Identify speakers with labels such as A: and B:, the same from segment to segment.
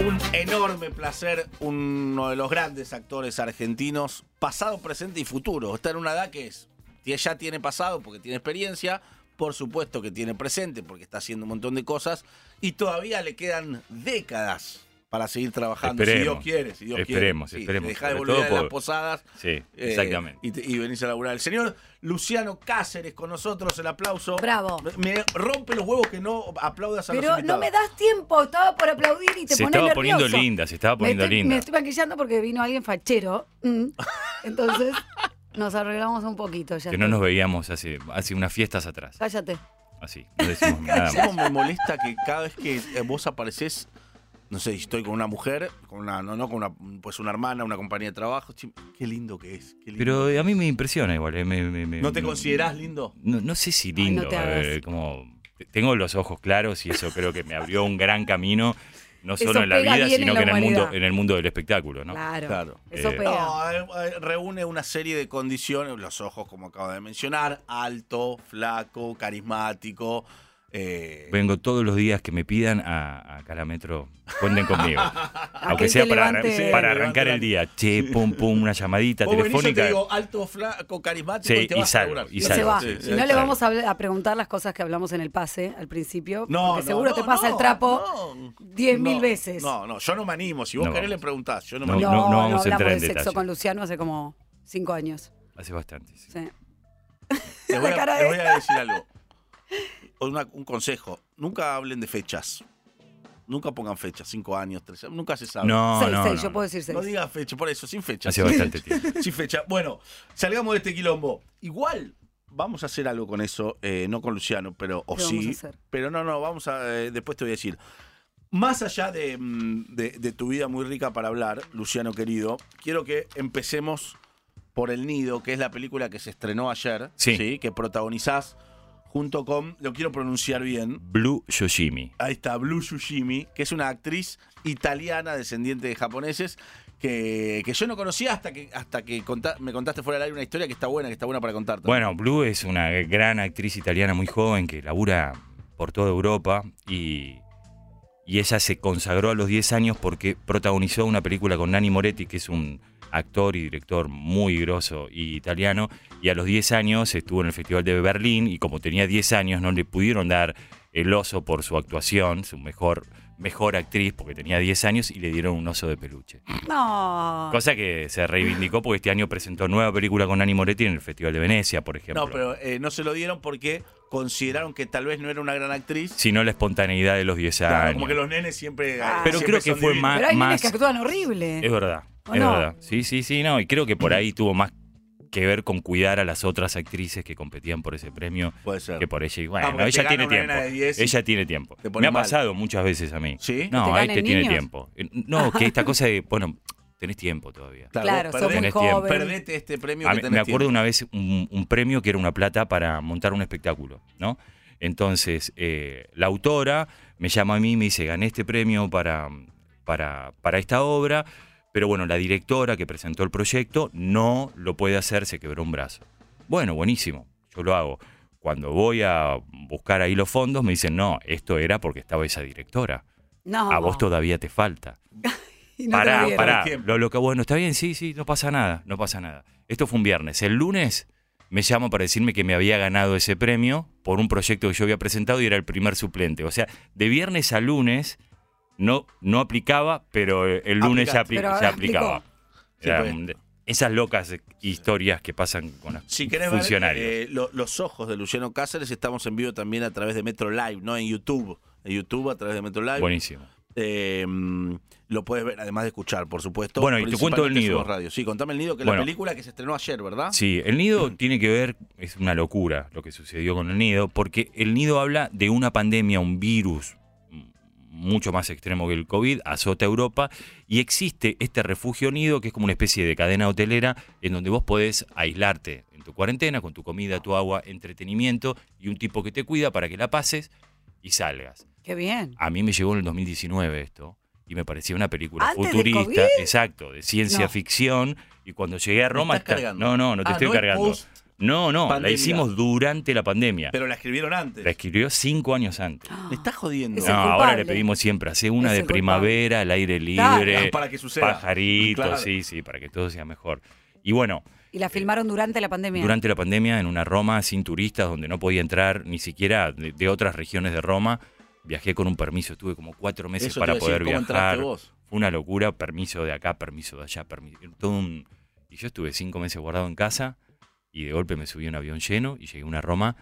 A: Un enorme placer, uno de los grandes actores argentinos, pasado, presente y futuro. Está en una edad que es, que ya tiene pasado porque tiene experiencia, por supuesto que tiene presente porque está haciendo un montón de cosas y todavía le quedan décadas para seguir trabajando,
B: Esperemos.
A: si Dios quiere, si Dios
B: Esperemos,
A: quiere. Sí,
B: esperemos.
A: Deja de
B: Sobre
A: volver
B: todo
A: a las
B: por-
A: posadas
B: Sí,
A: eh,
B: exactamente.
A: y, te- y venís a laburar. El señor Luciano Cáceres con nosotros, el aplauso.
C: Bravo.
A: Me rompe los huevos que no aplaudas a los
C: Pero no
A: invitados.
C: me das tiempo, estaba por aplaudir y te
B: Se
C: pones
B: estaba
C: nervioso.
B: poniendo linda, se estaba poniendo
C: me estoy-
B: linda.
C: Me estoy maquillando porque vino alguien fachero. mm. Entonces nos arreglamos un poquito ya.
B: Que no nos veíamos hace, hace unas fiestas atrás.
C: Cállate.
B: Así, no decimos nada más.
A: ¿Cómo me molesta que cada vez que eh, vos apareces, no sé, estoy con una mujer, con una, no, no, con una, pues una hermana, una compañía de trabajo, chi- qué lindo que es. qué lindo.
B: Pero eh, a mí me impresiona igual. eh, me- me- me-
A: ¿No te
B: me-
A: considerás lindo?
B: No, no sé si
C: Ay,
B: lindo.
C: no te
B: a ver,
C: hagas.
B: como, tengo los ojos claros y eso creo que me abrió un gran camino, no
C: Eso
B: solo en la
C: pega
B: vida,
C: bien en
B: sino
C: la
B: que en el, mundo,
C: humanidad.
B: en el mundo del espectáculo, ¿no?
C: Claro.
A: Claro.
C: Eso
B: Eh,
C: pega.
A: No, eh, eh, reúne una serie de condiciones, los ojos como acabo de mencionar, alto, flaco, carismático. eh,
B: Vengo todos los días que me pidan a, a Calametro, cuenten conmigo. Aunque
C: Aquel
B: sea
C: que
B: para,
C: levante-
B: para
A: Sí,
B: arrancar
A: levante
B: el día. Che, pum, pum, una llamadita
A: vos venís, yo
B: telefónica.
A: te digo alto, flaco, carismático
B: Sí,
A: y te
B: y
A: vas
B: salgo,
A: a laburar.
B: y
C: Y se
B: salgo,
C: va.
B: sí, sí,
C: y no
B: sí,
C: le
B: salgo.
C: vamos a, habl- a preguntar las cosas que hablamos en el pase al principio.
A: No,
C: porque
A: no,
C: seguro
A: no,
C: te pasa
A: no,
C: el trapo
A: no.
C: 10.000
A: No,
C: veces.
A: No, no, yo no me animo. Si vos
B: No
A: querés
B: vamos.
A: le preguntás, yo no me
B: No,
A: animo.
C: no,
B: no
C: no
B: vamos a
C: hablamos
B: entrar en
C: de sexo
B: detalle.
C: con Luciano hace como 5 años.
B: Hace bastante. sí.
C: Sí.
A: Les voy,
C: La
A: a,
C: cara
A: les
C: de-
A: voy a decir algo. Una- un consejo. Nunca hablen de fechas. Nunca pongan fechas. Cinco años, tres años. Nunca se sabe.
B: No,
C: seis,
B: no,
C: seis,
B: no,
C: yo
B: no.
C: puedo decir seis.
A: No digas fecha, por eso, sin fecha.
B: Hace
A: sin
B: bastante
A: fecha,
B: tiempo.
A: Sin fecha. Bueno, salgamos de este quilombo. Igual vamos a hacer algo con eso, eh, no con Luciano, pero o
C: ¿Qué
A: sí.
C: vamos a hacer?
A: Pero no, no, vamos a. eh, después te voy a decir. Más allá de, mm, de- de tu vida muy rica para hablar, Luciano querido, quiero que empecemos por El Nido, que es la película que se estrenó ayer,
B: Sí.
A: que protagonizás junto con, lo quiero pronunciar bien,
B: Blue Yoshimi.
A: Ahí está, Blue Yushimi, que es una actriz italiana descendiente de japoneses que, que yo no conocía hasta que hasta que contá- me contaste fuera del aire una historia que está buena, que está buena para contarte.
B: Bueno, Blue es una gran actriz italiana muy joven que labura por toda Europa y, y ella se consagró a los 10 años porque protagonizó una película con Nanni Moretti, que es un actor y director muy grosso y italiano, y a los 10 años estuvo en el Festival de Berlín y como tenía 10 años no le pudieron dar el oso por su actuación, su mejor, mejor actriz porque tenía 10 años y le dieron un oso de peluche.
C: No.
B: Cosa que se reivindicó porque este año presentó nueva película con Nanni Moretti en el Festival de Venecia, por ejemplo.
A: no, pero eh, no se lo dieron porque consideraron que tal vez no era una gran actriz.
B: sino la espontaneidad de los 10 años.
A: Claro, como que los nenes siempre. eh,
C: Ah.
B: Pero
A: siempre
B: creo que
A: son
B: fue
A: divinos.
B: más-
C: Pero hay nenes que actúan horrible.
B: Es verdad,
C: ¿O
B: es
C: no?
B: verdad. Sí, sí, sí, no. Y creo que por ahí tuvo más que ver con cuidar a las otras actrices que competían por ese premio
A: Puede ser.
B: que por ella. Y bueno,
A: Ah, porque te
B: ella
A: gana
B: tiene
A: una
B: tiempo.
A: nena de 10 y
B: Ella tiene tiempo.
A: te pone
B: Me ha
A: mal.
B: pasado muchas veces a mí.
A: ¿Sí?
B: No,
C: ¿Que te
B: ahí te
C: ganen
B: tiene
C: niños?
B: tiempo. Eh, No, que esta cosa de, bueno, tenés tiempo todavía.
C: Claro,
A: vos
C: sos muy
A: perdés-
B: Tenés tiempo.
C: joven.
A: Perdete este premio
B: A
A: que
B: mí-
A: tenés.
B: me acuerdo una vez un, un premio que era una plata para montar un espectáculo, ¿no? Entonces, eh, la autora me llama a mí y me dice, gané este premio para, para, para esta obra, pero bueno, la directora que presentó el proyecto no lo puede hacer, se quebró un brazo. Bueno, buenísimo, yo lo hago. Cuando voy a buscar ahí los fondos, me dicen, no, esto era porque estaba esa directora.
C: No.
B: A
A: Ah.
B: vos todavía te falta.
C: Y no te
B: Pará,
C: dieron.
B: pará.
A: Tiempo.
B: Lo, lo que bueno, está bien, sí, sí, no pasa nada, no pasa nada. Esto fue un viernes. El lunes me llama para decirme que me había ganado ese premio por un proyecto que yo había presentado y era el primer suplente. O sea, de viernes a lunes no, no aplicaba, pero el lunes ya,
A: Aplicaste.
B: apli-
C: Pero ah, ahora
B: ya aplicaba.
C: aplicó.
A: Sí,
B: Era
A: pues.
B: un- esas locas historias que pasan con los
A: Si querés ver
B: funcionarios.
A: eh, lo- los ojos de Luciano Cáceres, estamos en vivo también a través de Metro Live, no en YouTube. En YouTube a través de Metro Live.
B: Buenísimo.
A: Eh, mm, lo puedes ver, además de escuchar, por supuesto.
B: Bueno, y te cuento
A: principalmente
B: El Nido.
A: somos Radio. Sí, contame el nido, que es
B: Bueno.
A: la película que se estrenó ayer, ¿verdad?
B: Sí, el nido tiene que ver, es una locura lo que sucedió con el nido, porque el nido habla de una pandemia, un virus m- mucho más extremo que el COVID, azota Europa y existe este refugio nido que es como una especie de cadena hotelera en donde vos podés aislarte en tu cuarentena con tu comida, tu agua, entretenimiento y un tipo que te cuida para que la pases y salgas.
C: Qué bien.
B: A mí me llegó en el 2019 esto y me parecía una película
C: ¿Antes del
B: futurista,
C: COVID?
B: exacto, de ciencia
C: No.
B: ficción y cuando llegué a
A: ¿Me
B: Roma
A: estás
B: está-
A: cargando?
B: No, no, no te
A: Ah,
B: estoy
A: no es
B: cargando.
A: post
B: No, no, la
A: Pandemia.
B: hicimos durante la pandemia.
A: Pero la escribieron antes.
B: La escribió cinco años antes.
A: Me estás jodiendo. Ah,
C: Es
B: No,
C: el
B: ahora
C: culpable.
B: le pedimos siempre, hace una
C: Es
B: de
C: el culpable.
B: primavera, al aire
C: Claro.
B: libre,
A: Para que suceda.
B: pajaritos,
A: Claro.
B: sí, sí, para que todo sea mejor. Y bueno,
C: Y la filmaron durante la pandemia.
B: durante la pandemia en una Roma sin turistas, donde no podía entrar ni siquiera de, de otras regiones de Roma, viajé con un permiso, estuve como cuatro meses
A: Eso te
B: para
A: iba a decir,
B: poder
A: ¿cómo entraste
B: viajar.
A: vos?
B: Fue una locura, permiso de acá, permiso de allá, permiso, todo un- Y yo estuve cinco meses guardado en casa y de golpe me subí a un avión lleno y llegué a una Roma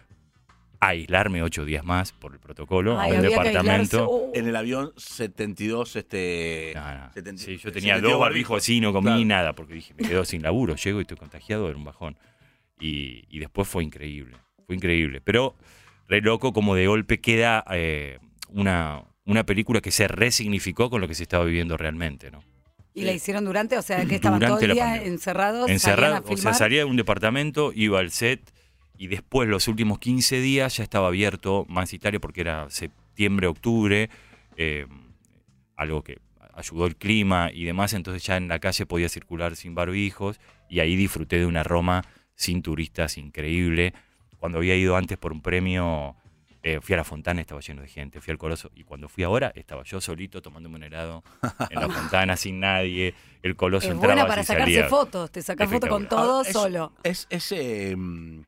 B: a aislarme ocho días más por el protocolo
C: Ay,
B: a un
C: había que aislarse.
B: departamento. Ah,
C: Oh.
A: En el avión 72, este.
B: No, no.
A: 70
B: Sí, yo tenía
A: 72
B: dos barbijos así, no comí
A: Claro.
B: nada, porque dije, me quedo sin laburo, llego y estoy contagiado, era un bajón. Y, y después fue increíble, fue increíble. Pero re loco como de golpe queda eh, una, una película que se resignificó con lo que se estaba viviendo realmente, ¿no?
C: Y la hicieron durante, o sea, que estaban
B: Durante
C: todo el
B: la
C: día
B: pandemia.
C: encerrados.
B: Encerrado,
C: salían a
B: o sea,
C: filmar.
B: salía de un departamento, iba al set y después los últimos 15 días ya estaba abierto más Italia porque era septiembre, octubre, eh, algo que ayudó el clima y demás, entonces ya en la calle podía circular sin barbijos y ahí disfruté de una Roma sin turistas increíble. Cuando había ido antes por un premio, eh, fui a la Fontana, estaba lleno de gente, fui al Coloso y cuando fui ahora estaba yo solito tomándome un helado en la Fontana sin nadie, el Coloso
C: Es
B: entraba
C: buena para
B: y
C: sacarse
B: salía.
C: fotos. Te sacas fotos con
B: Espectacular.
C: todo
A: Ah, es-
C: solo.
A: Es, es, eh, mm,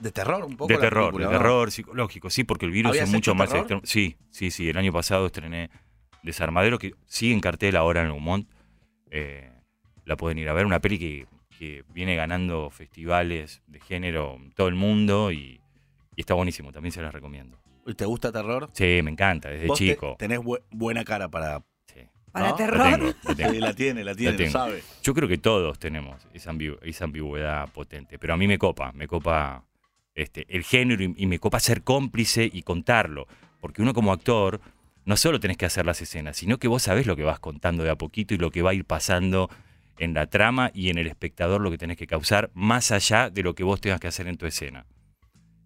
A: de terror un poco.
B: De
A: la
B: terror,
A: película,
B: de
A: ¿no?
B: terror psicológico, sí, porque el virus
A: ¿Habías
B: es mucho
A: hecho
B: más
A: terror?
B: extremo. Sí, sí, sí. El año pasado estrené Desarmadero, que sigue en cartel ahora en Lumont. Eh, la pueden ir a ver, una peli que, que viene ganando festivales de género en todo el mundo y, y está buenísimo, también se las recomiendo.
A: ¿Y ¿Te gusta terror?
B: Sí, me encanta, desde
A: Vos te-
B: chico.
A: tenés bu- buena cara para.
B: Sí,
C: Para
A: ¿no?
B: la
C: terror.
B: tengo, la tengo.
A: Sí, la tiene, la tiene, lo
B: tengo.
A: sabe.
B: Yo creo que todos tenemos esa, ambigu- esa ambigüedad potente, pero a mí me copa, me copa este, el género y, y me copa ser cómplice y contarlo, porque uno como actor no solo tenés que hacer las escenas, sino que vos sabés lo que vas contando de a poquito y lo que va a ir pasando en la trama y en el espectador lo que tenés que causar más allá de lo que vos tengas que hacer en tu escena.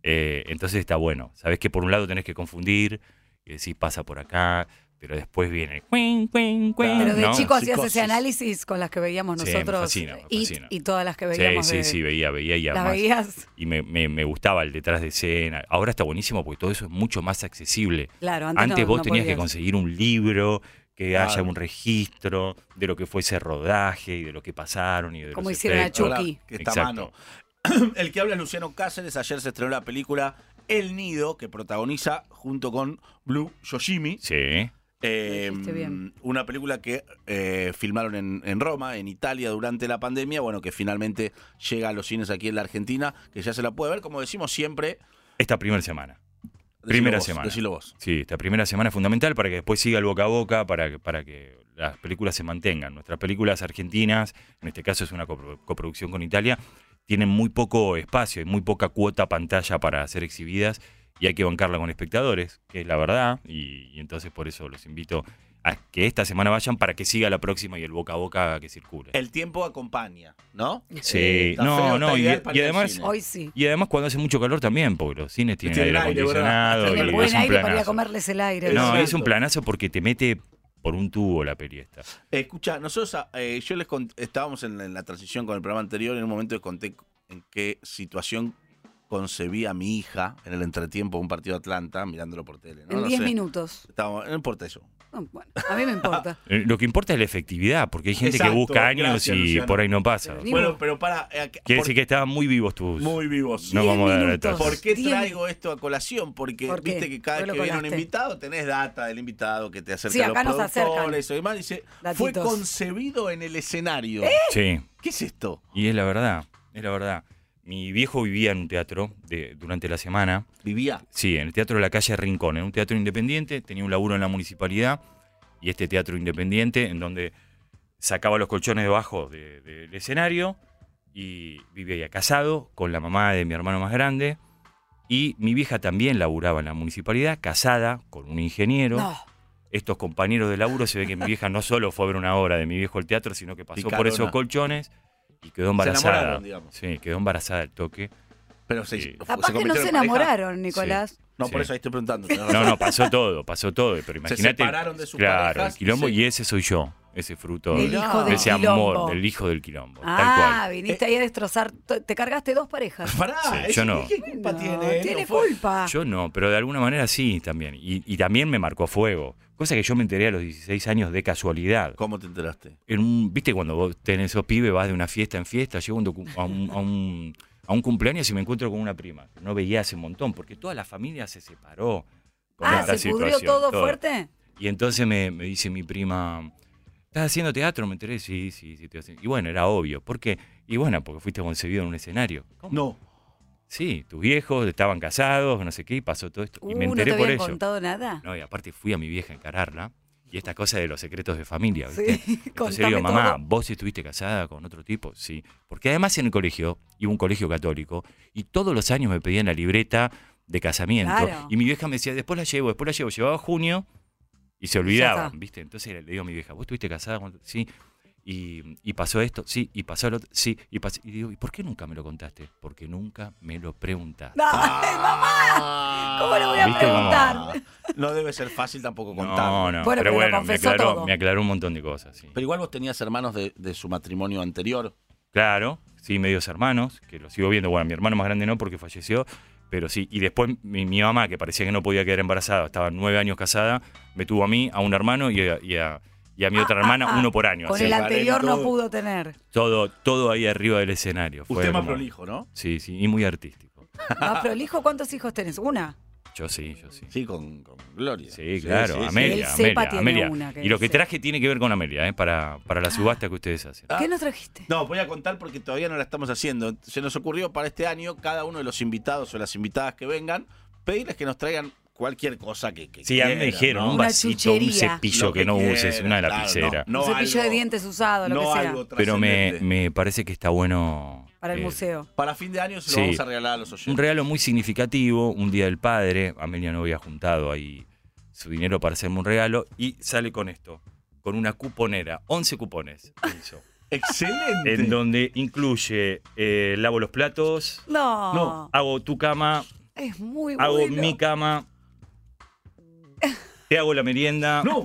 B: Eh, entonces está bueno, sabés que por un lado tenés que confundir, que decís pasa por acá, pero después viene... el cuin, cuin, cuin,
C: Pero de
B: ¿no?
C: chico hacías
A: psicosis.
C: ese análisis con las que veíamos
B: Sí, me
C: nosotros.
B: fascina, me
C: It
B: fascina.
C: Y, todas las que
B: Sí,
C: veíamos.
B: sí,
C: de-
B: sí, veía, veía y
C: Las
B: además-
C: veías,
B: y me, me- me gustaba el detrás de escena. Ahora está buenísimo porque todo eso es mucho más accesible.
C: claro. Antes,
B: Antes,
C: no-
B: vos
C: no
B: tenías que
C: podías.
B: conseguir un libro, que
A: Claro.
B: haya un registro de lo que fue ese rodaje y de lo que pasaron y de
C: Como
B: los
C: hicieron a
B: efectos.
A: Ahora,
C: Chucky.
A: que está a
B: Exacto.
A: mano. El que habla es Luciano Cáceres. Ayer se estrenó la película El Nido, que protagoniza junto con Blue Yoshimi.
B: Sí,
A: Eh,
C: Lo dijiste bien.
A: Una película que eh, filmaron en, en Roma, en Italia, durante la pandemia. Bueno, que finalmente llega a los cines aquí en la Argentina, que ya se la puede ver, como decimos siempre.
B: esta primera semana.
A: Decilo
B: Primera
A: vos,
B: semana.
A: Decilo vos.
B: Sí, esta primera semana es fundamental para que después siga el boca a boca, para que, para que las películas se mantengan. Nuestras películas argentinas, en este caso es una copro- coproducción con Italia, tienen muy poco espacio y muy poca cuota pantalla para ser exhibidas y hay que bancarla con espectadores, que es la verdad, y, y entonces por eso los invito a que esta semana vayan para que siga la próxima y el boca a boca que circule.
A: El tiempo acompaña, ¿no?
B: Sí,
A: Eh, está
B: no,
A: feo,
B: no,
A: está
B: y-
A: ideal para
B: y
A: ir al
B: además-
A: cine.
C: Hoy sí.
B: Y además cuando hace mucho calor también, porque los cines tienen,
A: Tienen
B: aire
A: aire, ¿verdad?
B: acondicionado.
A: Tienen
B: y
C: Tienen
A: es
C: buen
B: un
C: aire para ir a
B: planazo.
C: comerles el aire.
B: No,
A: Exacto.
B: es un planazo porque te mete por un tubo la peli esta.
A: Eh, escucha, nosotros, ah, eh, yo les cont- estábamos en, la- en la transición con el programa anterior, en un momento les conté en qué situación concebí a mi hija en el entretiempo de un partido de Atlanta, mirándolo por tele. ¿no?
C: En
A: No
C: 10
A: sé.
C: minutos.
A: Estábamos- no importa eso.
C: No, bueno, a mí me importa.
B: Eh, Lo que importa es la efectividad, porque hay gente
A: Exacto,
B: que busca años
A: gracias,
B: y
A: Luciano.
B: por ahí no pasa.
C: Pero
B: O
C: ni
B: sea,
A: Bueno, pero para... eh, ac-
B: Quiere
A: por-
B: decir que estaban muy vivos tus.
A: Muy vivos.
B: No
C: Diez
B: vamos a dar
C: minutos.
B: detalles.
A: ¿Por qué
C: Diez
A: traigo esto a colación? Porque
C: ¿Por qué?
A: viste que cada
C: Vos
A: vez
C: lo
A: que viene un
C: colaste.
A: invitado tenés data del invitado que te acerca
C: Sí,
A: a los
C: acá nos acercan.
A: productores y demás. Dice, fue
C: Datitos. ¿Eh?
A: concebido en el escenario.
B: Sí,
A: ¿Qué es esto?
B: y es la verdad, es la verdad. Mi viejo vivía en un teatro de- durante la semana.
A: Vivía.
B: Sí, en el Teatro de la Calle Rincón, en un teatro independiente, tenía un laburo en la municipalidad y este teatro independiente en donde sacaba los colchones debajo de- del escenario y vivía ya casado con la mamá de mi hermano más grande y mi vieja también laburaba en la municipalidad, casada con un ingeniero.
C: No.
B: Estos compañeros de laburo se ve que mi vieja no solo fue a ver una obra de mi viejo al teatro, sino que pasó por
A: Picarona.
B: esos colchones y quedó embarazada.
A: enamoraron, digamos.
B: Sí, quedó embarazada al toque.
A: Pero se,
B: Sí.
A: se
C: Capaz que no
A: convirtieron
C: se
A: en pareja.
C: enamoraron, Nicolás.
A: No, por
B: Sí.
A: eso ahí estoy preguntando. tenés razón.
B: No, no, pasó todo, pasó todo. Pero imagínate.
A: separaron de sus
B: Claro,
A: parejas
B: el quilombo
A: y se-
B: y ese soy yo. ese fruto
C: Del hijo
B: de
C: del
B: ese
C: quilombo.
B: amor, del hijo del quilombo,
C: Ah,
B: tal cual.
C: viniste ahí a destrozar. to- Te cargaste dos parejas.
A: Eh, Pará,
B: Sí,
A: ese-
B: yo no.
A: ¿qué culpa
C: No,
A: tiene? él?
C: Tiene
A: No fue-
C: culpa.
B: Yo no, pero de alguna manera sí también. Y, y también me marcó a fuego. Cosa que yo me enteré a los 16 años de casualidad.
A: ¿Cómo te enteraste?
B: En un, ¿Viste cuando vos tenés esos pibes, vas de una fiesta en fiesta, llego un docu- a, un, a un- a un cumpleaños y me encuentro con una prima? que No veía hace un montón, porque toda la familia se separó. Con
C: ah,
B: esta
C: ¿se pudrió
B: situación,
C: todo, fuerte?
B: Y entonces me, me dice mi prima, ¿estás haciendo teatro? Me enteré, sí, sí, sí. estoy haciendo". Y bueno, era obvio. ¿Por qué? Y bueno, porque fuiste concebido en un escenario. ¿Cómo?
A: No.
B: Sí, tus viejos estaban casados, no sé qué, y pasó todo esto. y me
C: Uh, ¿No te
B: enteré por
C: habían
B: eso.
C: contado nada?
B: No, y aparte fui a mi vieja a encararla. Y esta cosa de los secretos de familia, ¿viste?
C: Sí,
B: Entonces le digo,
C: contame
B: mamá,
C: todo.
B: ¿vos estuviste casada con otro tipo? Sí. Porque además en el colegio, iba a un colegio católico, y todos los años me pedían la libreta de casamiento.
C: Claro.
B: Y mi vieja me decía, después la llevo, después la llevo. Llevaba junio y se
C: está.
B: olvidaban, ¿viste? Entonces le digo a mi vieja, ¿vos estuviste casada con otro? Sí. Y, y pasó esto, sí, y pasó lo otro, sí, y pasó. Y digo, ¿y por qué nunca me lo contaste? Porque nunca me lo preguntaste.
A: Ah,
C: Dale, mamá. ¿Cómo le voy a
B: ¿Viste cómo?
C: preguntar?
A: No debe ser fácil tampoco contar.
B: No, no,
C: Bueno, pero
B: pero
C: lo
B: bueno, me
C: confesó todo.
B: aclaró, me aclaró un montón de cosas. sí.
A: Pero igual vos tenías hermanos de, de su matrimonio anterior.
B: Claro, sí, medios hermanos, que lo sigo viendo. Bueno, mi hermano más grande no porque falleció, pero sí. Y después mi, mi mamá, que parecía que no podía quedar embarazada, estaba nueve años casada, me tuvo a mí, a un hermano y a, y a- y a mi otra hermana,
C: ah, ah.
B: uno por año.
C: Con
B: así.
C: el anterior no
A: Todo.
C: pudo tener.
B: todo, todo ahí arriba del escenario. Fue
A: Usted más
B: hermoso.
A: prolijo, ¿no?
B: Sí, sí, y muy artístico.
C: Más prolijo, ¿cuántos hijos tenés? Una.
B: Yo sí, yo sí.
A: Sí, con, con Gloria.
B: Sí, claro,
A: sí, sí.
B: Amelia,
C: Que él sepa,
B: Amelia,
C: tiene
B: Amelia.
C: una que
B: y lo que
C: sepa.
B: traje tiene que ver con Amelia, ¿eh? para, para la subasta que ustedes hacen.
A: Ah.
C: ¿Qué nos trajiste?
A: No, voy a contar porque todavía no la estamos haciendo. Se nos ocurrió para este año, cada uno de los invitados o las invitadas que vengan, pedirles que nos traigan cualquier cosa que, que
B: Sí, a mí me
A: quieran,
B: dijeron
A: ¿no?
B: un
C: Una
B: vasito, un
C: chuchería.
B: cepillo
A: Lo
B: que, no
A: quieran,
B: uses, una
A: claro,
B: lapicera.
A: no,
C: Un
A: no
C: cepillo de
A: algo-
C: dientes usado, lo
A: no
C: que sea.
A: algo
B: Pero me,
A: trascendente.
B: me parece que está bueno.
C: Para el
B: eh,
C: museo.
A: Para fin de año se lo
B: Sí.
A: vamos a regalar a los
B: Un
A: oyentes.
B: regalo muy significativo, un día del padre. Amelia no había juntado ahí su dinero para hacerme un regalo y sale con esto, con una cuponera, 11 cupones hizo,
A: Excelente.
B: en donde incluye eh, lavo los platos,
C: No,
A: No.
B: hago tu cama,
C: es muy
B: hago
C: Ah. bueno.
B: mi cama, te hago la merienda,
A: No,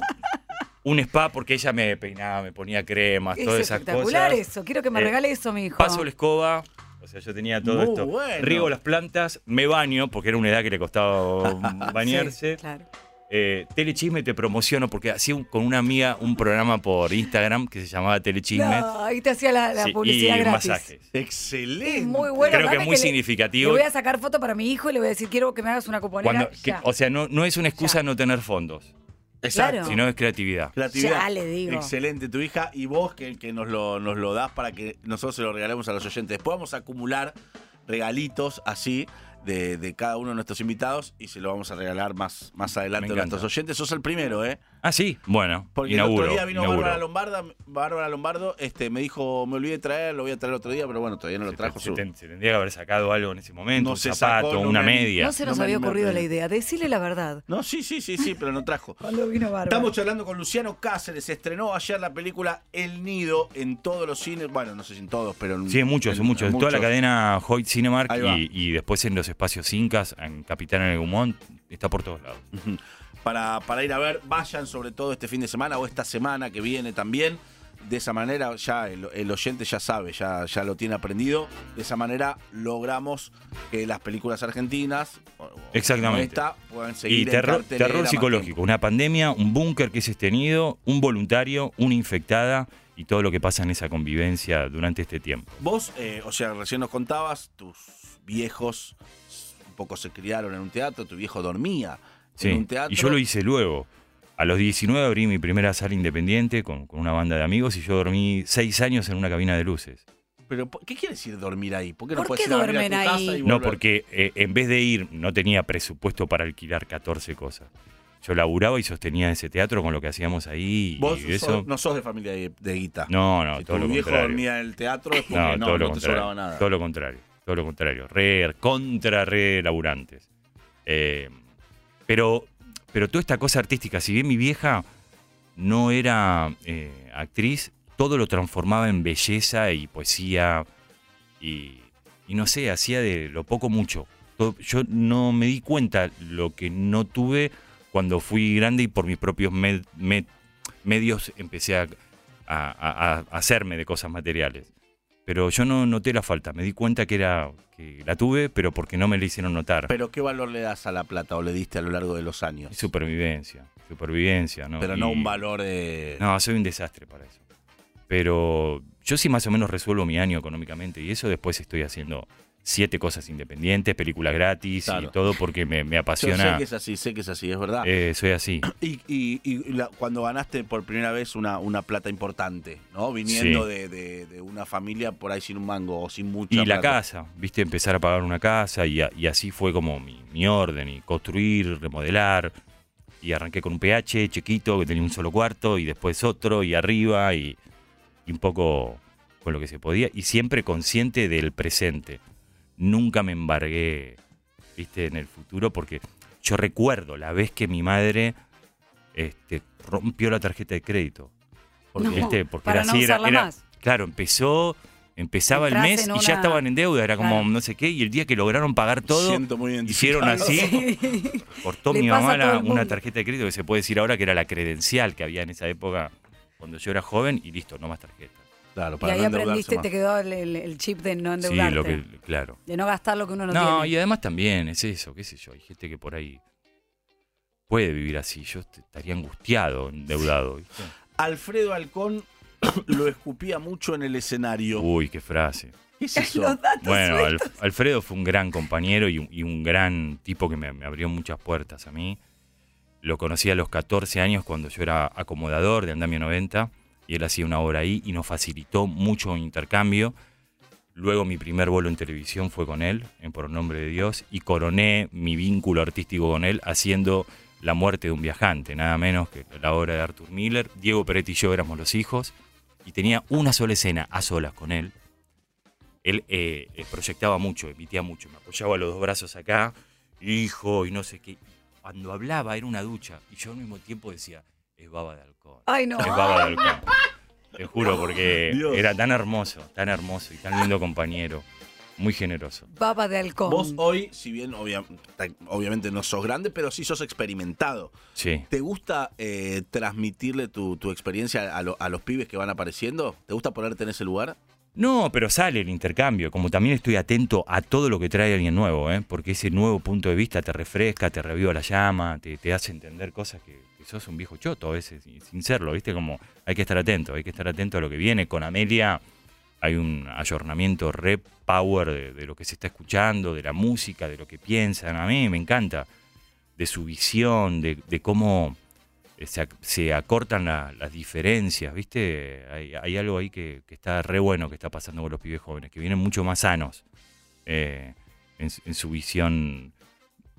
B: un spa porque ella me peinaba, me ponía cremas,
C: es
B: todas esas
C: espectacular
B: cosas.
C: eso. Quiero que me
B: Eh,
C: regale eso, mi hijo.
B: Paso la escoba. O sea, yo tenía todo
A: Muy
B: esto.
A: bueno.
B: Riego las plantas, me baño, porque era una edad que le costaba um, bañarse.
C: Sí, claro.
B: Eh, Telechisme te promociono, porque hacía un- con una amiga un programa por Instagram que se llamaba Telechisme.
C: No, ahí te hacía la, la
B: Sí,
C: publicidad
B: y
C: gratis.
B: masajes.
A: excelente.
C: Es muy bueno.
B: Creo que
C: dame
B: es muy
C: le- Le
B: significativo.
C: voy a sacar foto para mi hijo y le voy a decir, quiero que me hagas una cuponera.
B: Cuando- que-
C: ya.
B: o sea, no, no es una excusa
C: Ya.
B: no tener fondos,
A: Exacto.
C: Claro.
B: sino es creatividad.
A: Creatividad.
C: Ya le digo.
A: Excelente tu hija y vos que, que nos, lo, nos lo das para que nosotros se lo regalemos a los oyentes. Después vamos a acumular regalitos así de, de cada uno de nuestros invitados y se lo vamos a regalar más, más adelante
B: Me
A: a
B: encanta.
A: nuestros oyentes. Sos el primero, ¿eh?
B: Ah, sí, bueno,
A: Porque el
B: inauguro.
A: otro día vino
B: inauguro.
A: Bárbara Lombarda, Bárbara Lombardo, este, me dijo, me olvidé de traer, lo voy a traer otro día, pero bueno, todavía no lo
B: Se-
A: trajo.
B: se,
A: su-
B: ten- se tendría que haber sacado algo en ese momento,
A: No
B: un
A: se
B: zapato,
A: sacó, no
B: una
A: me-
B: media.
C: no se nos
A: No me
C: había
A: animo a
C: ocurrido la
A: creer.
C: idea. Decirle la verdad.
A: No, sí, sí, sí, sí, pero no trajo.
C: Cuando vino Bárbara.
A: Estamos charlando con Luciano Cáceres. Se estrenó ayer la película El Nido en todos los cines. Bueno, no sé si en todos, pero en.
B: Sí, en muchos, en muchos. Toda la cadena Hoyt Cinemark
A: Ahí va.
B: y, y después en los espacios Incas, en Capitán en el Gumont, está por todos lados.
A: Para, para ir a ver, vayan sobre todo este fin de semana o esta semana que viene también. De esa manera, ya el, el oyente ya sabe, ya, ya lo tiene aprendido. De esa manera logramos que las películas argentinas, o- o
B: Exactamente.
A: esta, puedan
B: Y
A: seguir. en
B: terror,
A: cartelera
B: terror
A: más
B: psicológico,
A: tiempo.
B: una pandemia, un búnker que es extendido, un voluntario, una infectada y todo lo que pasa en esa convivencia durante este tiempo.
A: Vos, eh, o sea, recién nos contabas, tus viejos un poco se criaron en un teatro, tu viejo dormía
B: Sí.
A: en un teatro.
B: Y yo lo hice luego. A los 19 abrí mi primera sala independiente con, con una banda de amigos y yo dormí seis años en una cabina de luces.
A: Pero, ¿por- ¿qué quiere decir dormir ahí? ¿Por qué no
C: ¿Por
A: puedes
C: qué
A: ir a dormir a tu
C: duermen
A: casa
C: ahí?
A: y
B: No,
A: volver?
B: porque eh, en vez de ir, no tenía presupuesto para alquilar 14 cosas. Yo laburaba y sostenía ese teatro con lo que hacíamos ahí. y
A: Vos
B: eso.
A: sos- no sos de familia de, de guita.
B: no, no,
A: si
B: todo
A: tu
B: lo
A: viejo
B: contrario.
A: dormía en el teatro es porque
B: No,
A: no, no
B: todo lo
A: te
B: contrario.
A: sobraba nada.
B: Todo lo contrario. Todo lo contrario. Re, contra re laburantes. Eh, pero, pero toda esta cosa artística, si bien mi vieja no era eh, actriz, todo lo transformaba en belleza y poesía y, y no sé, hacía de lo poco mucho. Todo- yo no me di cuenta lo que no tuve cuando fui grande y por mis propios med- med- medios empecé a, a, a- a hacerme de cosas materiales. Pero yo no noté la falta, me di cuenta que, era, que la tuve, pero porque no me la hicieron notar.
A: Pero ¿qué valor le das a la plata o le diste a lo largo de los años?
B: Es supervivencia, supervivencia, ¿no?
A: Pero no
B: Y-
A: un valor de...
B: No, soy un desastre para eso. Pero yo sí más o menos resuelvo mi año económicamente y eso después estoy haciendo siete cosas independientes, películas gratis
A: Claro.
B: y todo porque me, me
A: Yo sé
B: apasiona.
A: que es así, sé que es así, es verdad.
B: Eh, soy así.
A: Y, y- y la- cuando ganaste por primera vez una, una plata importante, ¿no? Viniendo
B: Sí.
A: de, de- de una familia por ahí sin un mango o sin mucha
B: Y la
A: plata.
B: casa, viste, empezar a pagar una casa y, a- y así fue como mi, mi orden y construir, remodelar. Y arranqué con un PH chiquito que tenía un solo cuarto y después otro y arriba y, y un poco con lo que se podía y siempre consciente del presente. Nunca me embargué, viste, en el futuro porque yo recuerdo la vez que mi madre este, rompió la tarjeta de crédito. Porque,
C: No,
B: viste, porque
C: para
B: era
C: no
B: así, era,
C: usarla
B: era-
C: más.
B: claro, empezó, empezaba el
C: Entras
B: mes
C: en
B: y ya
C: una-
B: estaban en deuda, era como
C: Claro.
B: no sé qué, y el día que lograron pagar todo,
A: Siento muy
B: hicieron
A: identificado.
B: así, cortó
C: Le
B: mi
C: pasa
B: mamá
C: a
B: la-
C: todo el
B: una
C: mundo.
B: tarjeta de crédito que se puede decir ahora que era la credencial que había en esa época cuando yo era joven y listo, no más tarjeta.
A: Claro,
C: Y
A: para
C: ahí
A: no endeudarse
C: aprendiste,
A: más.
C: te quedó el, el- el chip de no
B: Sí,
C: endeudarte.
B: lo que, claro.
C: De no gastar lo que uno no,
B: No,
C: tiene.
B: y además también es eso, qué sé yo, hay gente que por ahí puede vivir así, yo est- estaría angustiado, endeudado. ¿viste?
A: Alfredo Alcón lo escupía mucho en el escenario.
B: Uy, qué frase.
A: ¿Qué es eso?
C: Los datos
B: Bueno,
C: sueltos.
B: Al- Alfredo fue un gran compañero y un, y un gran tipo que me, me abrió muchas puertas a mí. Lo conocí a los 14 años cuando yo era acomodador de Andamio 90 y él hacía una obra ahí y nos facilitó mucho intercambio. Luego mi primer vuelo en televisión fue con él, en Por el Nombre de Dios, y coroné mi vínculo artístico con él haciendo La muerte de un viajante, nada menos que la obra de Arthur Miller. Diego Peretti y yo éramos los hijos y tenía una sola escena a solas con él él eh, eh, proyectaba mucho, emitía mucho, me apoyaba los dos brazos acá, hijo, y no sé qué. Cuando hablaba era una ducha, y yo al mismo tiempo decía, es baba de alcohol.
C: Ay, no.
B: Es baba de alcohol. Te juro, porque
A: Dios.
B: era tan hermoso, tan hermoso y tan lindo compañero. Muy generoso.
C: Baba de halcón.
A: Vos oh, hoy, si bien obvia- ta- obviamente no sos grande, pero sí sos experimentado.
B: Sí.
A: ¿Te gusta eh, transmitirle tu, tu experiencia a, lo- a los pibes que van apareciendo? ¿Te gusta ponerte en ese lugar?
B: No, pero sale el intercambio, como también estoy atento a todo lo que trae alguien nuevo, ¿eh? porque ese nuevo punto de vista te refresca, te reviva la llama, te, te hace entender cosas que, que sos un viejo choto a veces, sin, sin serlo, ¿viste? Como hay que estar atento, hay que estar atento a lo que viene. Con Amelia hay un ayornamiento re power de, de lo que se está escuchando, de la música, de lo que piensan. A mí me encanta, de su visión, de, de cómo eh, se, ac- se acortan la- las diferencias, ¿viste? Hay, hay algo ahí que, que está re bueno que está pasando con los pibes jóvenes, que vienen mucho más sanos eh, en, su- en su visión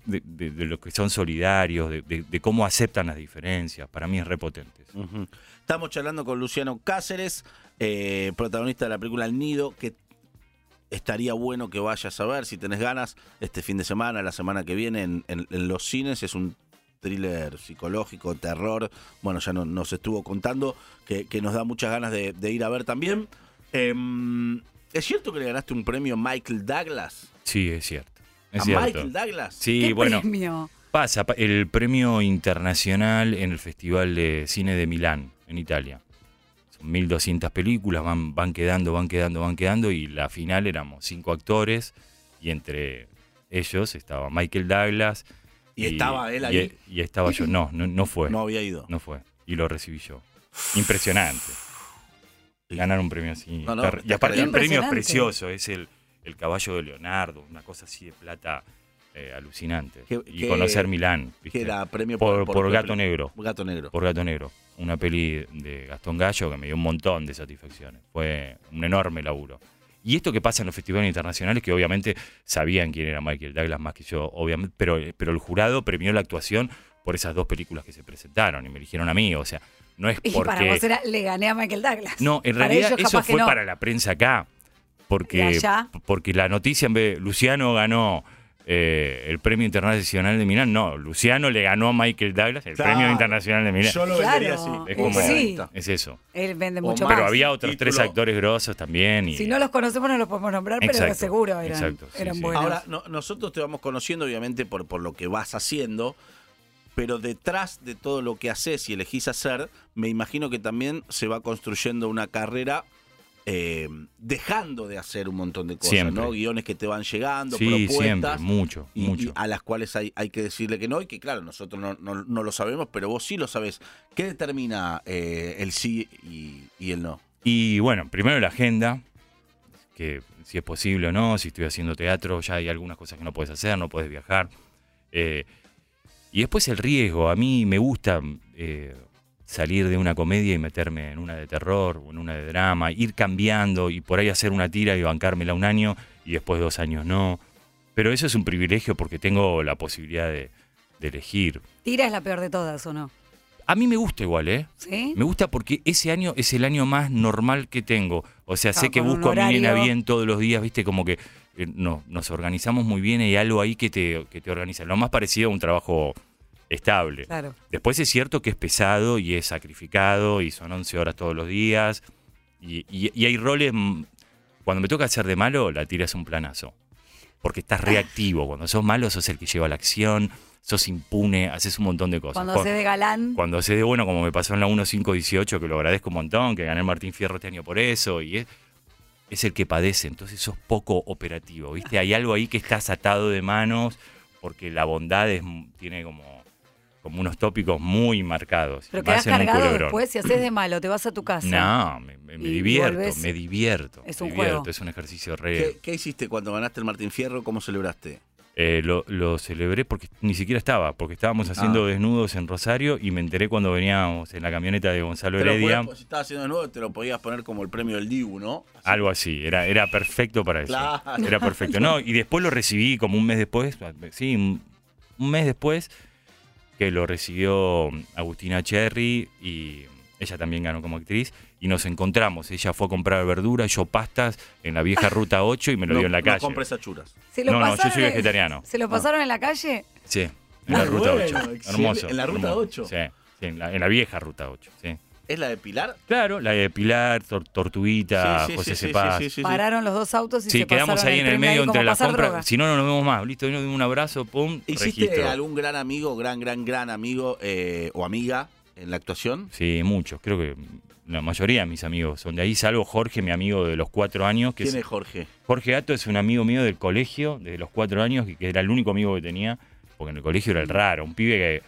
B: de, de- de lo que son solidarios, de, de- de cómo aceptan las diferencias. Para mí es repotente. eso.
A: Ujú. Estamos charlando con Luciano Cáceres, eh, protagonista de la película El Nido, que estaría bueno que vayas a ver si tenés ganas este fin de semana, la semana que viene en, en- en los cines. Es un thriller psicológico, terror. Bueno, ya no- nos estuvo contando que, que nos da muchas ganas de, de ir a ver también. Em, ¿Es cierto que le ganaste un premio Michael Douglas?
B: Sí, es cierto. Es
A: ¿A
B: cierto.
A: Michael Douglas?
B: Sí,
C: Qué
B: bueno,
C: premio.
B: pasa pa- el premio internacional en el Festival de Cine de Milán, en Italia. Son 1200 películas, van, van quedando, van quedando, van quedando, y la final éramos cinco actores, y entre ellos estaba Michael Douglas.
A: ¿Y estaba él
B: y- e,
A: ahí?
B: Y, estaba yo, no, no, no fue,
A: No
B: no.
A: había ido.
B: fue, y lo recibí yo. Impresionante.
A: Sí.
B: Ganar un premio así.
A: No, no,
B: Está- y
A: está
B: aparte el
C: cargando.
B: premio es
C: Impresionante.
B: precioso, es el, el caballo de Leonardo, una cosa así de plata eh, alucinante.
A: Que-
B: y
A: que-
B: conocer Milán, ¿viste?
A: Que era premio
B: por, por Gato Negro.
A: Gato Negro.
B: Por Gato Negro. Una peli de Gastón Gallo que me dio un montón de satisfacciones. Fue un enorme laburo. Y esto que pasa en los festivales internacionales, que obviamente sabían quién era Michael Douglas más que yo, obviamente, pero, pero el jurado premió la actuación por esas dos películas que se presentaron y me eligieron a mí. O sea, no es
C: Y
B: porque.
C: para vos era, le gané a Michael Douglas.
B: No, en
C: Para
B: realidad
C: ellos
B: eso
C: capaz que
B: fue
C: no.
B: para la prensa acá.
C: ¿Y
B: Porque,
C: allá?
B: porque la noticia, en vez de Luciano ganó eh, el premio internacional de Milán, no, Luciano le ganó a Michael Douglas el
A: Claro.
B: premio internacional de Milán.
A: Yo lo
C: Claro.
A: vendería así.
B: Es como-
C: Sí.
B: Es eso.
C: Él vende
A: O
C: mucho
A: más.
C: más.
B: Pero había otros
A: Ah, Título.
B: tres actores grosos también. Y,
C: Si no los conocemos, no los podemos nombrar, pero
B: Exacto,
C: seguro eran,
B: exacto, sí,
C: eran
B: sí.
C: buenos.
A: Ahora, no- nosotros te vamos conociendo, obviamente, por, por lo que vas haciendo, pero detrás de todo lo que haces y elegís hacer, me imagino que también se va construyendo una carrera eh, dejando de hacer un montón de cosas,
B: Siempre.
A: ¿no? Guiones que te van llegando,
B: Sí,
A: propuestas.
B: siempre, mucho,
A: y,
B: mucho.
A: y a las cuales hay, hay que decirle que no, y que claro, nosotros no, no- no lo sabemos, pero vos sí lo sabés. ¿Qué determina eh, el sí y, y el no?
B: Y bueno, primero la agenda, que si es posible o no, si estoy haciendo teatro, ya hay algunas cosas que no puedes hacer, no puedes viajar. Eh, y después el riesgo, a mí me gusta eh, salir de una comedia y meterme en una de terror o en una de drama, ir cambiando y por ahí hacer una tira y bancármela un año y después dos años no. Pero eso es un privilegio porque tengo la posibilidad de, de elegir.
C: Tira es la peor de todas, ¿o no?
B: A mí me gusta igual, ¿eh?
C: ¿Sí?
B: Me gusta porque ese año es el año más normal que tengo. O sea,
C: Claro,
B: sé que
C: con un
B: busco a mi nena
C: horario.
B: bien todos los días, viste, como que eh, no, nos organizamos muy bien y hay algo ahí que te, que te organiza. Lo más parecido a un trabajo estable.
C: Claro.
B: Después es cierto que es pesado y es sacrificado y son 11 horas todos los días. Y, y- y hay roles. mm, Cuando me toca hacer de malo, la tira es un planazo. Porque estás reactivo. Cuando sos malo, sos el que lleva la acción, sos impune, haces un montón de cosas.
C: Cuando
B: Cu-
C: hace de galán.
B: cuando se dé bueno, como me pasó en la 1518, que lo agradezco un montón, que gané el Martín Fierro este año por eso, y es, es el que padece, entonces sos poco operativo, ¿viste? Hay algo ahí que estás atado de manos, porque la bondad es, tiene como, como unos tópicos muy marcados.
C: Pero
B: Vas
C: quedás
B: en un
C: cargado
B: culebrón.
C: después, si haces de malo, te vas a tu casa.
B: No, me, me- me
C: Y
B: divierto,
C: volvés.
B: me divierto.
C: Es
B: me
C: un
B: divierto,
C: juego.
B: Es un ejercicio re...
A: ¿Qué, qué hiciste cuando ganaste el Martín Fierro? ¿Cómo celebraste?
B: Eh, lo, lo celebré porque ni siquiera estaba, porque
A: Ah.
B: estábamos haciendo desnudos en Rosario y me enteré cuando veníamos en la camioneta de Gonzalo
A: Te lo
B: Heredia.
A: podías- si estabas haciendo de nuevo, te lo podías poner como el premio del Dibu, ¿no?
B: Algo así, era, era perfecto para eso.
A: Claro.
B: Era perfecto. No, y después lo recibí como un mes después, sí, un un mes después, que lo recibió Agustina Cherry y ella también ganó como actriz y nos encontramos. Ella fue a comprar verduras, yo pastas en la vieja ruta 8 y me lo
A: no,
B: dio en la
A: no
B: calle.
A: compres achuras.
C: Se lo
B: No, no, yo
C: pasaron
B: soy
C: en-
B: vegetariano.
C: ¿Se lo pasaron en la calle?
B: Sí, en la
A: Muy
B: ruta
A: Ah, bueno,
B: 8.
A: excelente.
B: Hermoso.
A: ¿En la ruta
B: hermoso.
A: 8?
B: Sí, sí, en, la, en la vieja ruta 8. Sí.
A: ¿Es la de Pilar?
B: Claro, la de Pilar, Tor- Tortuguita, José Cepaz.
C: Pararon los dos autos y
B: Sí,
C: se
B: quedamos
C: pasaron
B: ahí
C: el
B: en el
C: primer, ahí
B: medio
C: como
B: entre las
C: pasar
B: compras.
C: droga.
B: Si no, no nos vemos más. Listo, vino un abrazo, pum,
A: ¿Hiciste
B: registro.
A: algún gran amigo, gran, gran, gran amigo eh, o amiga en la actuación?
B: Sí, muchos. Creo que la mayoría de mis amigos son de ahí, salvo Jorge, mi amigo de los cuatro años. Que
A: ¿Quién
B: es-
A: es Jorge?
B: Jorge Gato es un amigo mío del colegio, desde los cuatro años, que- que era el único amigo que tenía, porque en el colegio
C: Mm.
B: era el raro. Un pibe que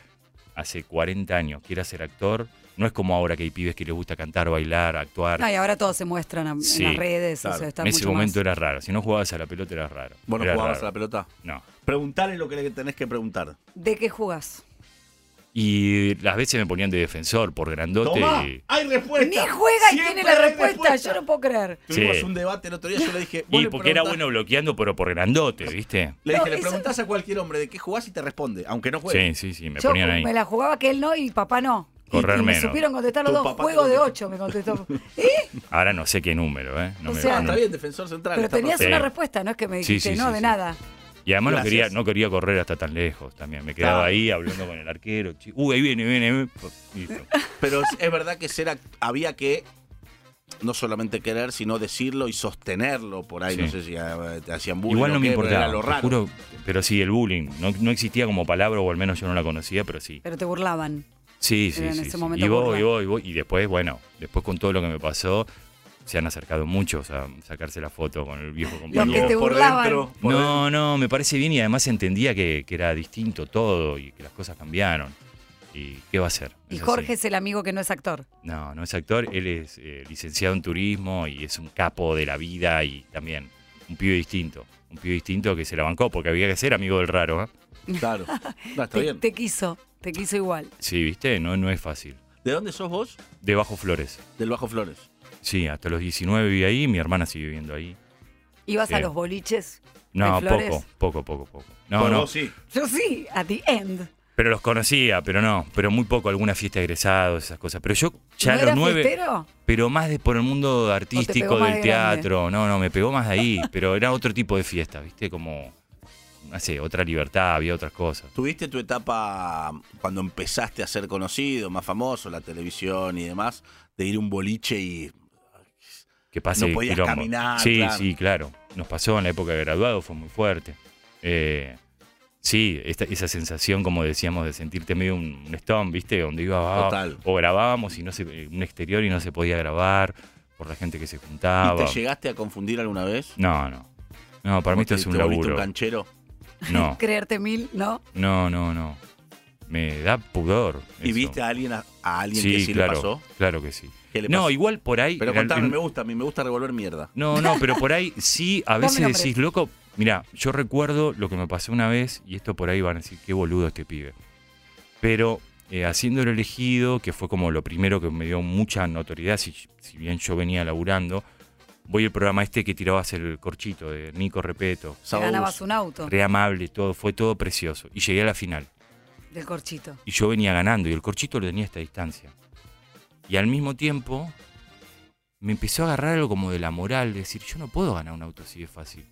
B: hace 40 años quiere ser actor. No es como ahora que hay pibes que les gusta cantar, bailar, actuar.
C: No, y ahora todos se muestran a-
B: Sí,
C: en las redes.
A: claro.
C: O sea, está
B: en ese
C: mucho
B: momento
C: más.
B: era raro. Si no jugabas a la pelota, era raro.
A: ¿Vos no
B: Era
A: jugabas
B: raro.
A: a la pelota?
B: No.
A: Preguntale lo que le tenés que preguntar.
C: ¿De qué jugás?
B: Y las veces me ponían de defensor por grandote.
A: ¡Tomá!
B: y-
A: ¡Hay
C: Ni
A: respuesta!
C: juega y
A: Siempre
C: tiene la
A: hay
C: respuesta. Yo no puedo creer.
A: Tuvimos
B: Sí.
A: un debate el otro día, yo le dije... vos
B: Y
A: le
B: porque era
A: preguntás-
B: bueno bloqueando, pero por grandote, ¿viste?
A: Le dije,
C: No,
A: le
C: eso-
A: preguntás a cualquier hombre de qué jugás y te responde, aunque no juegue.
B: Sí, sí, sí, me
C: Yo
B: ponían ahí.
C: me la jugaba que él no y papá no. Y-
B: Correr
C: y,
B: menos.
C: Me supieron contestar los
A: Tu
C: dos.
A: papá te
C: Juego de
A: contestó.
C: ocho me contestó. ¿Eh?
B: Ahora no sé qué número, ¿eh? No
C: O
B: me-
C: sea,
A: Ah,
B: no-
A: está bien, defensor central.
C: Pero
A: está
C: tenías
A: perfecto.
C: una
B: Sí.
C: respuesta, no es que me
B: Sí,
C: dijiste
B: sí,
C: no
B: sí,
C: de
B: sí.
C: nada.
B: Y además no
A: Gracias.
B: quería, no quería correr hasta tan lejos también. Me quedaba
A: Claro.
B: ahí hablando con el arquero. chi- Uy, ahí viene, viene. viene. Pues, Listo.
A: Pero es- es verdad que ser act- había que no solamente querer, sino decirlo y sostenerlo por ahí.
B: Sí.
A: No sé si eh, te hacían bullying.
B: Igual
A: o
B: no me
A: qué, pero
B: importaba.
A: Era lo
B: te
A: raro.
B: juro, pero sí, el bullying. No, no existía como palabra, o al menos yo no la conocía, pero sí.
C: Pero te burlaban.
B: Sí, sí,
C: Pero en
B: sí.
C: ese
B: sí.
C: momento
B: Y vos,
C: burla.
B: y vos, y vos. Y después, bueno, después con todo lo que me pasó, se han acercado muchos a sacarse la foto con el
A: Y
B: viejo
A: vos
B: compañero.
C: que te
A: por
C: burlaban.
A: dentro, por dentro.
B: No, no, me parece bien y además entendía que, que era distinto todo y que las cosas cambiaron. ¿Y qué va a ser?
C: Y
B: Es así.
C: Jorge es el amigo que no es actor.
B: No, no es actor, él es eh, licenciado en turismo y es un capo de la vida y también un pibe distinto. Un pibe distinto que se la bancó porque había que ser amigo del raro. ¿eh?
A: Claro. No, está
C: Te,
A: bien.
C: te quiso, te quiso igual.
B: Sí, viste, no, no es fácil.
A: ¿De dónde sos vos?
B: De Bajo Flores.
A: Del Bajo Flores.
B: Sí, hasta los 19 viví ahí, mi hermana sigue viviendo ahí.
C: ¿Ibas a
B: Sí.
C: los boliches?
B: No,
C: ¿De Flores?
B: poco, poco, poco, poco. No,
A: Bueno,
B: no.
A: vos sí.
C: Yo sí, a the end.
B: Pero los conocía, pero no, pero muy poco, alguna fiesta de egresados, esas cosas. Pero yo ya
C: ¿No
B: a los
C: eras
B: nueve.
C: fiestero?
B: pero más de por el mundo
C: pegó
B: artístico
C: más
B: del
C: de grande?
B: teatro. No, no, me pegó más de ahí, pero era otro tipo de fiesta, ¿viste? Como, no sé, otra libertad, había otras cosas.
A: ¿Tuviste tu etapa cuando empezaste a ser conocido, más famoso, la televisión y demás, de ir a un boliche y
B: Que pase
A: No podías
B: quilombo.
A: caminar,
B: Sí,
A: claro.
B: sí, claro. Nos pasó en la época de graduado, fue muy fuerte. Eh, Sí, esta- esa sensación, como decíamos, de sentirte medio un, un stone, ¿viste? Donde iba ah,
A: Total.
B: o grabábamos y no se, un exterior y no se podía grabar por la gente que se
A: ¿Y
B: juntaba.
A: te llegaste a confundir alguna vez?
B: No, no. No, para mí esto
A: ¿Te-
B: es un
A: te volviste
B: laburo.
A: un canchero?
B: No,
C: Creerte mil, ¿no?
B: no, no, no. Me da pudor.
A: ¿Y
B: eso.
A: viste a alguien, a, a alguien
B: Sí,
A: que sí
B: claro,
A: le pasó?
B: Claro que sí.
A: ¿Qué le
B: No,
A: pasó?
B: igual por ahí.
A: Pero
B: en el-
A: contame,
B: en-
A: me gusta, a mí me gusta revolver mierda.
B: No, no, pero por ahí sí, a
C: Dame
B: veces
C: nombre.
B: decís, loco, mira, yo recuerdo lo que me pasó una vez, y esto por ahí van a decir, qué boludo este pibe. Pero eh, haciendo el elegido, que fue como lo primero que me dio mucha notoriedad, si, si bien yo venía laburando, voy al programa este que tirabas el corchito de Nico Repeto,
C: Te
A: Saúl,
C: ganabas un auto
B: re amable, todo, fue todo precioso. Y llegué a la final,
C: del corchito.
B: y yo venía ganando, y el corchito lo tenía a esta distancia. Y al mismo tiempo, me empezó a agarrar algo como de la moral, de decir, yo no puedo ganar un auto así de fácil.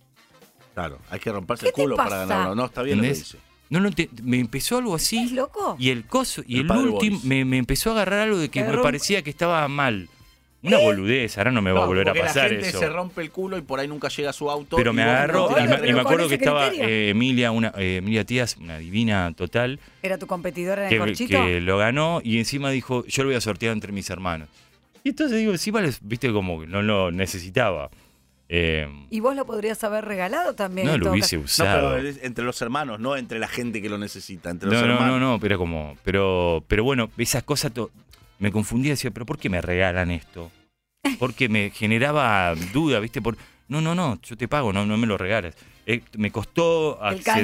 A: Claro, hay que romperse
C: ¿Qué
A: el culo
C: te
A: para
C: pasa?
A: ganarlo. No, está bien lo que
B: ¿Entendés?
A: dice.
B: No lo ente- me empezó algo
C: ¿Es
B: así
C: loco?
B: y el coso y
A: El
B: el,
A: padre
B: último
A: Boris.
B: me, me empezó a agarrar algo de que
C: Te
B: me
C: rompe-
B: parecía que estaba mal. Una boludez, ahora no me va
A: Eh.
B: a
A: No,
B: volver a
A: porque
B: pasar
A: la gente
B: eso.
A: se rompe el culo y por ahí nunca llega a su auto.
B: Pero me
A: y vos
B: agarró
A: no
B: y,
A: tirás
B: me-
C: Pero
B: y me
A: tres.
C: con
B: acuerdo
C: ese
B: que estaba
C: criterio.
B: eh, Emilia, una eh, Emilia Tías, una divina total,
C: ¿Era tu competidor en el
B: que,
C: corchito?
B: que lo ganó y encima dijo, yo lo voy a sortear entre mis hermanos. Y entonces digo, encima les, viste como que no lo necesitaba. Eh,
C: Y vos lo podrías haber regalado también.
B: no
C: en
B: lo
C: todo
B: hubiese
C: caso.
A: No,
B: usado.
A: pero es entre los hermanos, no entre la gente que lo necesita. Entre los
B: No, no,
A: hermanos.
B: no, no, pero como, pero, pero bueno, esas cosas to- me confundía, decía, pero ¿por qué me regalan esto? Porque me generaba duda, ¿viste? Por, no, no, no, yo te pago, no, no me lo regalas. Eh, me costó
C: El
B: acceder a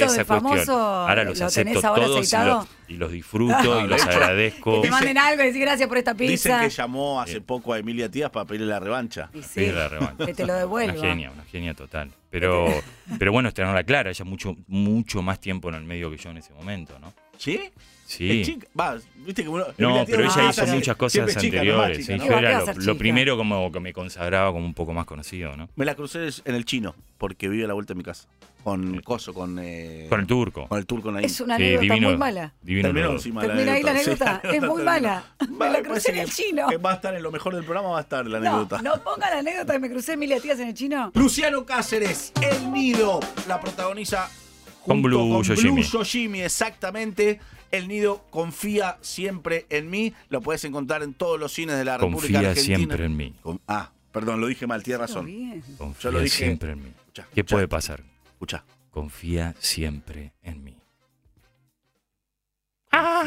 C: canjecito
B: esa
C: de famoso,
B: cuestión. Ahora los
C: ¿lo
B: acepto
C: tenés ahora
B: todos y
C: aceitado?
B: los, y los
A: Ah,
B: disfruto y los
C: Que
B: agradezco.
C: te manden algo y decís gracias por esta
A: Dicen
C: pizza.
A: que llamó hace poco a Emilia Tías para pedirle la revancha.
C: Y
B: Sí,
C: sí,
B: la revancha.
C: que te lo
B: Una
C: devuelva.
B: genia, una genia total. Pero, pero bueno, estrenarla clara, ella mucho, mucho más tiempo en el medio que yo en ese momento, ¿no?
A: ¿Sí.
B: Sí.
A: Es chica. Va, viste que uno-
B: No,
A: Emilia Tías
B: pero
A: es
B: ella
A: una
B: hizo
A: chica,
B: muchas
A: siempre es
B: cosas
A: chica, no es más
B: anteriores.
A: chica,
B: ¿eh?
A: ¿no?
B: Yo
C: ¿Qué
B: era
C: vas a
B: lo,
C: ser
B: lo
C: chica?
B: primero como que me consagraba como un poco más conocido, ¿no?
A: Me la crucé en el chino, porque vive a la vuelta de mi casa. Con Coso, con, eh,
B: Con el turco.
A: con el turco Naim.
C: Es una
B: Sí,
C: anécdota
B: divino.
C: muy mala.
B: Divino
A: Terminó
B: los dos.
A: encima
C: Termina ahí la anécdota.
A: Sí,
C: Es muy
A: termina.
C: mala.
A: Va,
C: Me la crucé en
A: parece
C: el
A: que-
C: chino.
A: que va a estar en lo mejor del programa, va a estar la
C: No,
A: anécdota.
C: no ponga la anécdota que me crucé Emilia Tías en el chino.
A: Luciano Cáceres, El Nido, la protagoniza
B: Con
A: junto
B: Blue
A: con
B: Yoshimi.
A: Yoshimi, exactamente. El Nido confía siempre en mí. Lo puedes encontrar en todos los cines de la República
B: Confía
A: Argentina.
B: siempre en mí.
A: Con- ah, perdón, lo dije mal, tienes
C: Todo
A: razón.
C: bien.
B: Confía
A: lo dije.
B: siempre en mí.
A: Escuchá,
B: ¿Qué
A: escuchá,
B: puede pasar?
A: escuchá.
B: Confía siempre en mí.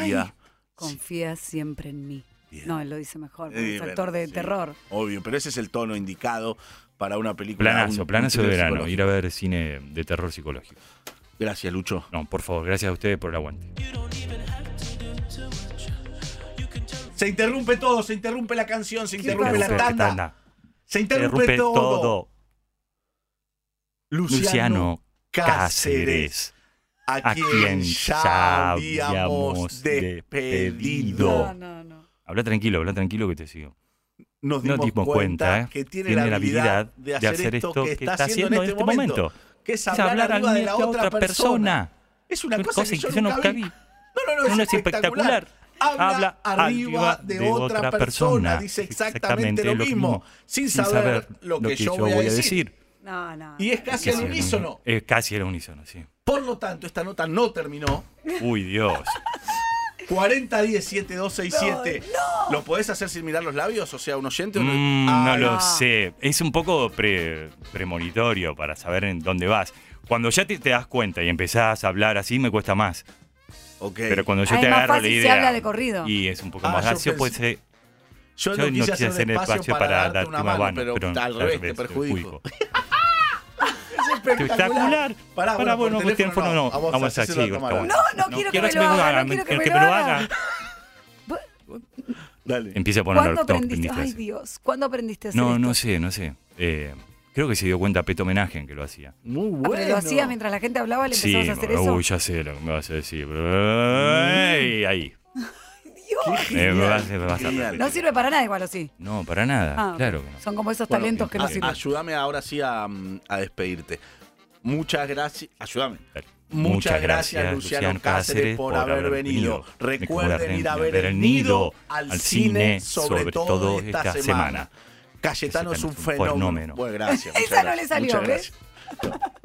A: Ya,
C: Confía siempre en mí.
A: bien.
C: No, él lo dice mejor. porque
A: Eh,
C: Es actor
A: verdad,
C: de
A: sí.
C: terror.
A: Obvio, pero ese es el tono indicado para una película.
B: Planazo,
A: un-
B: planazo
A: un
B: de
A: thriller
B: verano.
A: psicológico.
B: Ir a ver cine de terror psicológico.
A: Gracias, Lucho.
B: No, por favor, gracias a ustedes por el aguante.
A: Se interrumpe todo, se interrumpe la canción, se
C: ¿Qué
A: interrumpe la
C: pasa?
A: tanda. Se interrumpe,
B: Interrumpe
A: todo.
B: todo.
A: Luciano,
B: Luciano
A: Cáceres.
B: Cáceres.
A: a quien ya habíamos
C: No,
A: despedido.
B: despedido.
C: no, no.
B: Habla tranquilo, habla tranquilo que te sigo.
A: Nos
B: No
A: dimos
B: dimos
A: cuenta,
B: cuenta, ¿eh?
A: que tiene, la habilidad de hacer, esto, que está haciendo en este momento, que es
B: Es
A: hablar,
B: hablar
A: arriba
B: al
A: de la
B: oído
A: otra, persona. Es una cosa, que yo, nunca vi. No, no, no, es,
B: No,
A: espectacular. Habla, arriba de, otra, persona. dice exactamente, lo mismo, sin, saber lo que, yo voy a decir.
C: No, no.
A: Y es casi al
B: Sí,
A: unísono.
B: eh, casi era unísono, sí.
A: Por lo tanto, esta nota no terminó.
B: Uy, Dios.
A: 40-10-7-267. ¿Lo podés hacer sin mirar los labios? O sea, un oyente. o Ah, no?
B: Mm, no
A: Ay,
B: lo
C: no.
B: sé. Es un poco pre- premonitorio para saber en dónde vas. Cuando ya te, te das cuenta y empezás a hablar así, me cuesta más.
A: ok.
B: Pero cuando yo
C: Ah,
B: te
C: es más
B: agarro la
C: fácil si
B: idea.
C: habla de corrido.
B: Y es un poco
A: Ah,
B: más
A: yo
B: ácido,
A: pensé-
B: pues eh,
A: Yo no quise hacer
B: el
A: espacio, para, darte, una mano,
B: mano,
A: pero, al revés te perjudico. Es
B: Espectacular.
A: Pará,
B: Para
A: bueno,
B: bueno,
A: por
B: por teléfono no.
A: vos,
B: Vamos a
A: hacéselo a
B: seguir.
A: cámara.
C: No, no quiero que me lo haga, no quiero que me lo haga.
A: Dale.
B: Empieza a poner
C: ¿Cuándo
B: no, aprendiste
C: aprendiste?
B: a
C: Ay,
B: hacer.
C: Dios. ¿Cuándo aprendiste a hacer
B: No,
C: esto?
B: no sé, no sé. Eh, creo que se dio cuenta Peto Homenaje en que lo hacía.
A: Muy
C: Ah,
A: bueno.
C: pero lo hacías mientras la gente hablaba, le
B: Sí,
C: empezabas a hacer
B: bueno,
C: eso.
B: uy, ya sé lo que me vas a decir. Ay, ahí.
A: Qué
C: Dios.
A: genial,
B: me vas- me vas a
A: genial.
C: No sirve para nada igual, ¿o sí?
B: No, para nada.
C: Ah,
B: claro que no.
C: Son como esos
A: Bueno,
C: talentos que no
A: a-
B: entiendo.
C: sirven.
A: Ayúdame ahora sí a, mm, a despedirte. Muchas gracias. Ayúdame.
B: Dale.
A: Muchas gracias, Luciano Cáceres, por haber venido. Recuerden ir a ver El Nido al cine, sobre todo esta semana. Cayetano es un
B: Cayetano es un
A: fenómeno.
B: fenómeno.
A: Bueno, gracias.
C: Esa
A: muchas
C: no le
A: gracias,
C: salió,
A: muchas
C: ¿ves?
A: gracias.